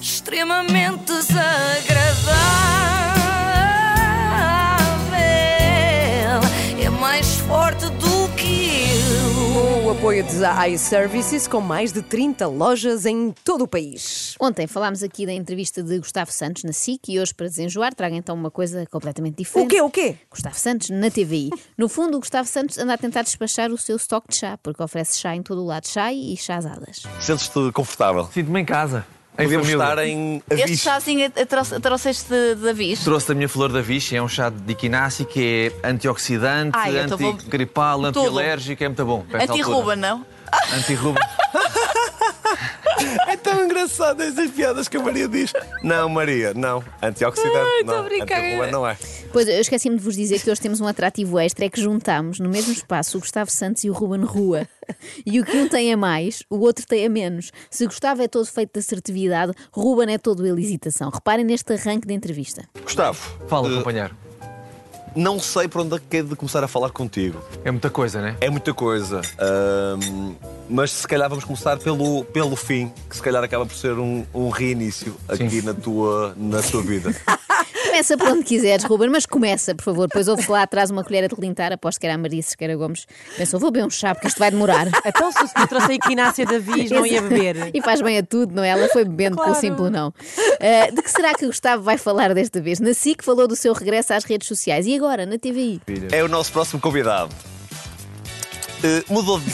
extremamente desagradável. É mais forte do que eu. Com o apoio de iServices, com mais de 30 lojas em todo o país. Ontem falámos aqui da entrevista de Gustavo Santos na SIC e hoje, para desenjoar, trago então uma coisa completamente diferente. O quê? O quê? Gustavo Santos na TVI. No fundo, o Gustavo Santos anda a tentar despachar o seu estoque de chá, porque oferece chá em todo o lado, chá e chás alas. Sentes-te confortável? Sinto-me em casa. Em Podemos família. estar em Este Avis. chazinho eh, trouxe- trouxeste de, de aviso. Trouxe da minha flor da vixe, é um chá de equinácea que é antioxidante, Ai, eu tô bom- antigripal, Tudo. antialérgico, é muito bom. Anti-ruba, não? Anti-ruba. É tão engraçado essas piadas que a Maria diz. Não, Maria, não. Antioxidante, não. Antirruba não é. Pois, eu esqueci-me de vos dizer que hoje temos um atrativo extra, é que juntámos no mesmo espaço o Gustavo Santos e o Ruben Rua. E o que um tem a mais, o outro tem a menos. Se Gustavo é todo feito de assertividade, Ruben é todo ele hesitação. Reparem neste arranque de entrevista. Gustavo, Fala, Uh. eh, companheiro. não sei por onde é que é de começar a falar contigo. É muita coisa, né? É muita coisa. ahm, mas se calhar vamos começar pelo, pelo fim, que se calhar acaba por ser um, um reinício aqui na tua, na tua vida. Começa por onde quiseres, Ruben, mas começa, por favor. Pois houve lá atrás uma colher a delintar, aposto que era a Maria Cerqueira Gomes. Pensou, vou beber um chá porque isto vai demorar. Então, se eu trouxe a equinácia da Viz, não ia beber. E faz bem a tudo, não é? Ela foi bebendo pelo Claro. simples não. Ah, de que será que o Gustavo vai falar desta vez? Na SIC falou do seu regresso às redes sociais e agora na TVI. É o nosso próximo convidado. Eh, mudou de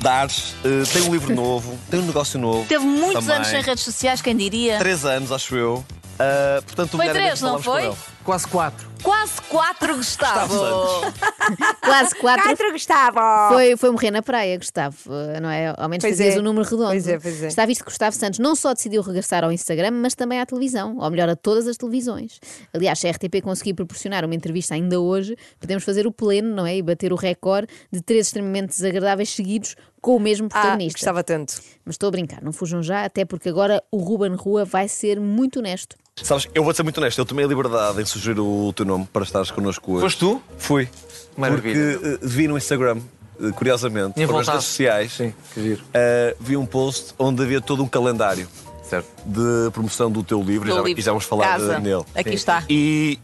de ares, eh, tem um livro novo, tem um negócio novo. Teve muitos também. anos sem redes sociais, quem diria? Três anos, acho eu. Ah, portanto, o Foi melhor é três, mesmo não falarmos foi? Quase quatro. Quase quatro, Gustavo. Gustavo Quase quatro. Pedro Gustavo! Foi, foi morrer na praia, Gustavo, ah, não é? Ao menos Ah. Pois fazias é. o número redondo. Pois é, pois é. Está visto que Gustavo Santos não só decidiu regressar ao Instagram, mas também à televisão, ou melhor, a todas as televisões. Aliás, se a RTP conseguir proporcionar uma entrevista ainda hoje, podemos fazer o pleno, não é? E bater o recorde de três extremamente desagradáveis seguidos com o mesmo Ah, protagonista. gostava tanto. Mas estou a brincar, não fujam já, até porque agora o Ruben Rua vai ser muito honesto. ele. Sabes, eu vou ser muito honesto, eu tomei a liberdade em sugerir o teu nome para estares connosco hoje. Foste tu? Fui. Maravilha. Porque eh, vi no Instagram, eh, curiosamente, Tinha ou nas voltado. redes sociais, Sim, que giro. eh, vi um post onde havia todo um calendário Certo. de promoção do teu livro, Do e, já, livro. e já vamos falar Casa. eh, nele. Aqui está. E,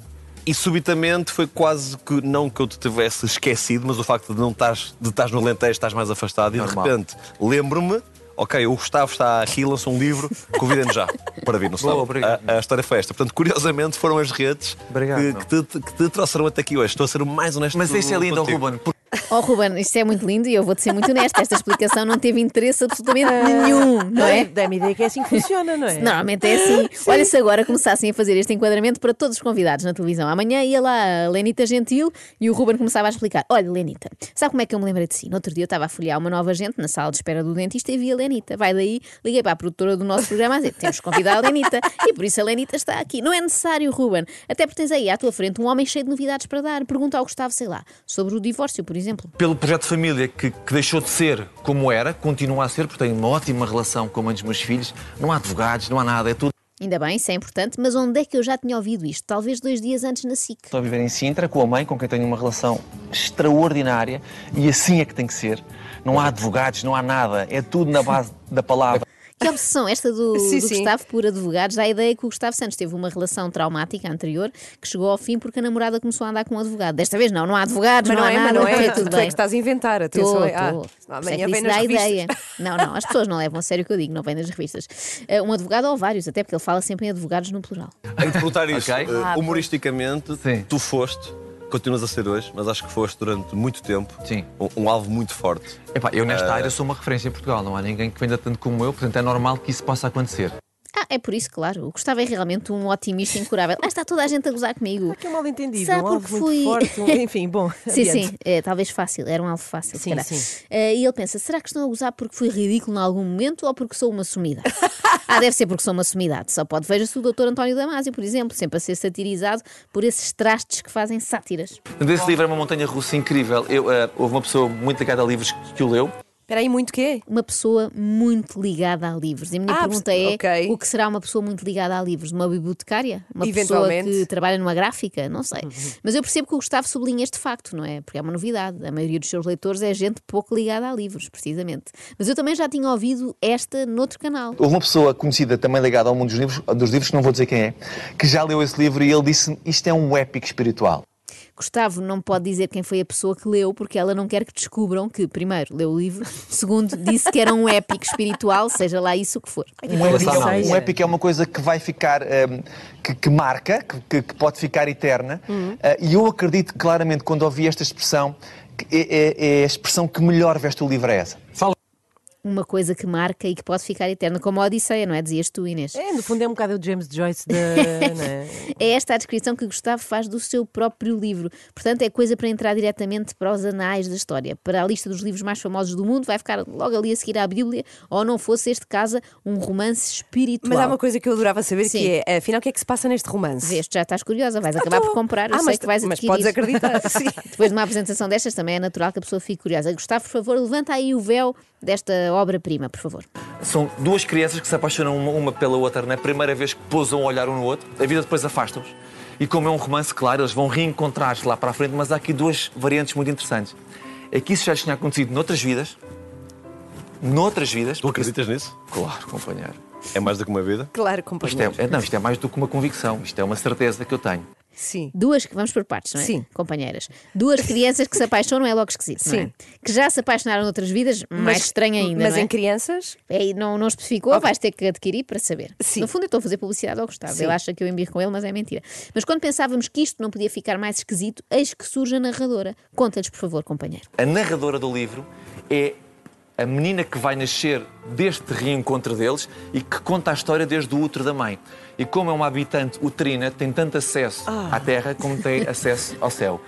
e subitamente foi quase que, não que eu te tivesse esquecido, mas o facto de não estás, de estás no Alentejo, estás mais afastado e Normal. de repente lembro-me. Ok, o Gustavo está aqui, lança um livro, convida-me já para vir no sábado. obrigado. A, a história foi esta. Portanto, curiosamente, foram as redes Obrigado, que, não. que te, que te trouxeram até aqui hoje. Estou a ser o mais honesto Mas isso é lindo, contigo. Ruben. porque Oh, Ruben, isto é muito lindo e eu vou-te ser muito honesta. Esta explicação não teve interesse absolutamente Ah. nenhum, não é? Dá-me ideia que é assim que funciona, não é? Normalmente é assim. Olha, se agora começassem a fazer este enquadramento para todos os convidados na televisão. Amanhã ia lá a Lenita Gentil e o Ruben começava a explicar: Olha, Lenita, sabe como é que eu me lembrei de si? No outro dia eu estava a folhear uma nova gente na sala de espera do dentista e vi a Lenita. Vai daí, liguei para a produtora do nosso programa a dizer: Temos que convidar a Lenita e por isso a Lenita está aqui. Não é necessário, Ruben. Até porque tens aí à tua frente um homem cheio de novidades para dar. Pergunta ao Gustavo, sei lá, sobre o divórcio, por exemplo. Pelo projeto de família que, que deixou de ser como era, continua a ser, porque tenho uma ótima relação com a mãe dos meus filhos. Não há advogados, não há nada, é tudo. Ainda bem, isso é importante, mas onde é que eu já tinha ouvido isto? Talvez dois dias antes na SIC. Estou a viver em Sintra com a mãe, com quem tenho uma relação extraordinária e assim é que tem que ser. Não há advogados, não há nada, é tudo na base da palavra. Que obsessão esta do, Sim, do sim. Gustavo por advogados. Dá a ideia é que o Gustavo Santos teve uma relação traumática anterior que chegou ao fim porque a namorada começou a andar com um advogado. Desta vez não, não há advogados, não, há Manoé, nada, Manoé, correu tu tudo é que bem. estás a inventar, Tô, atenção. Ah, tô. Por isso é que amanhã isso vem nas dá revistas. ideia. Não, não, as pessoas não levam a sério o que eu digo, não vem nas revistas. Eh, Um advogado ou vários, até porque ele fala sempre em advogados no plural. Tenho de perguntar isto. Ok. Eh, humoristicamente, Sim. tu foste, continuas a ser hoje, mas acho que foste durante muito tempo Sim. um, um alvo muito forte. Epá, eu nesta área sou uma referência em Portugal, não há ninguém que venda tanto como eu, portanto é normal que isso possa acontecer. Ah, é por isso, claro. O Gustavo é realmente um otimista incurável. Lá está toda a gente a gozar comigo. Que é um mal entendido, Sabe um porque algo muito fui- forte. um- Enfim, bom. Sim, adiante. sim, é, talvez fácil, era um alvo fácil. se Sim, calhar. sim. Eh, e ele pensa: será que estão a gozar porque fui ridículo em algum momento ou porque sou uma sumidade? ah, deve ser porque sou uma sumidade. Só pode. Veja-se o doutor António Damasio, por exemplo, sempre a ser satirizado por esses trastes que fazem sátiras. ah, Desse livro é uma montanha russa incrível. Eu, eh, houve uma pessoa muito ligada a livros que, que o leu Espera aí, muito quê? Uma pessoa muito ligada a livros. E a minha Ah, pergunta é: ok. o que será uma pessoa muito ligada a livros? Uma bibliotecária? Uma pessoa Eventualmente. Uhum. que trabalha numa gráfica? Não sei. Mas eu percebo que o Gustavo sublinha este facto, não é? Porque é uma novidade. A maioria dos seus leitores é gente pouco ligada a livros, precisamente. Mas eu também já tinha ouvido esta noutro canal. Houve uma pessoa conhecida também ligada ao mundo dos livros, dos livros, que não vou dizer quem é, que já leu esse livro e ele disse isto é um épico espiritual. Gustavo não pode dizer quem foi a pessoa que leu, porque ela não quer que descubram que, primeiro, leu o livro, segundo, disse que era um épico espiritual, seja lá isso o que for. Um épico, é, Seja. um épico é uma coisa que vai ficar, hum, que, que marca, que- que, que pode ficar eterna. Ah, e eu acredito claramente, quando ouvi esta expressão, que é, é- é a expressão que melhor veste o livro é essa. Uma coisa que marca e que pode ficar eterna, como a Odisseia, não é? Dizias tu, Inês. É, no fundo é um bocado o James Joyce da. não é? É esta a descrição que Gustavo faz do seu próprio livro. Portanto, é coisa para entrar diretamente para os anais da história. Para a lista dos livros mais famosos do mundo, vai ficar logo ali a seguir à Bíblia, ou não fosse este caso um romance espiritual. Mas há uma coisa que eu adorava saber Sim. que é, afinal, o que é que se passa neste romance? Vês, já estás curiosa, vais acabar tô. por comprar, eu Ah, sei mas- que vais mas adquirir. podes acreditar, sim. Depois de uma apresentação destas também é natural que a pessoa fique curiosa. Gustavo, por favor, levanta aí o véu desta obra-prima, por favor. São duas crianças que se apaixonam uma, uma pela outra na primeira vez que pousam a olhar um no outro. A vida depois afasta-os. E como é um romance, claro, eles vão reencontrar-se lá para a frente, mas há aqui duas variantes muito interessantes. É que isso já tinha acontecido noutras vidas. Noutras vidas. Tu acreditas nisso? Claro, companheiro. É mais do que uma vida? Claro, Isto é, companheiro. é- não, isto é mais do que uma convicção. Isto é uma certeza que eu tenho. Sim. Duas que vamos por partes, não é? Sim. Companheiras. Duas crianças que se apaixonam é logo esquisito, não é? Sim. Que já se apaixonaram noutras vidas, mais estranho ainda, Mas não é? em crianças, É, não, não especificou, vais ter que adquirir para saber. Sim. No fundo, eu estou a fazer publicidade ao Gustavo. Sim. Ele acha que eu embirro com ele, mas é mentira. Mas quando pensávamos que isto não podia ficar mais esquisito, eis que surge a narradora. Conta-lhes, por favor, companheiro. A narradora do livro é a menina que vai nascer deste reencontro deles e que conta a história desde o útero da mãe. E como é uma habitante uterina, tem tanto acesso à terra como tem acesso ao céu.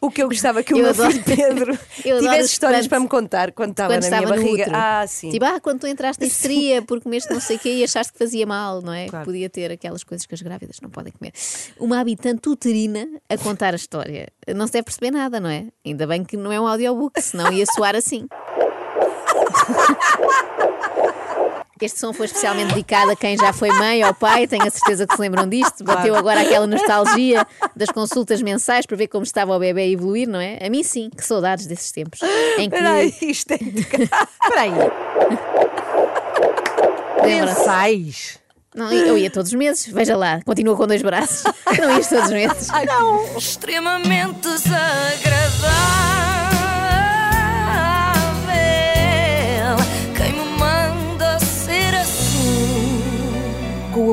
o que eu gostava que o Eu meu adoro- filho Pedro Eu adoro tivesse histórias quando- para me contar quando estava quando na estava minha no barriga. útero. Ah, sim. Tipo, ah, quando tu entraste em histeria porque comeste não sei o quê e achaste que fazia mal, não é? Claro. Podia ter aquelas coisas que as grávidas não podem comer. Uma habitante uterina a contar a história. Não se deve perceber nada, não é? Ainda bem que não é um audiobook, senão ia soar assim. Este som foi especialmente dedicado a quem já foi mãe ou pai, tenho a certeza que se lembram disto. Bateu agora aquela nostalgia das consultas mensais para ver como estava o bebê a evoluir, não é? A mim sim, que saudades desses tempos. Em que Espera aí, isto é Espera aí, lembra-se? mensais. Não, eu ia todos os meses, veja lá, continua com dois braços. Não ias todos os meses. extremamente desagradável. Quem me manda ser assim? Com o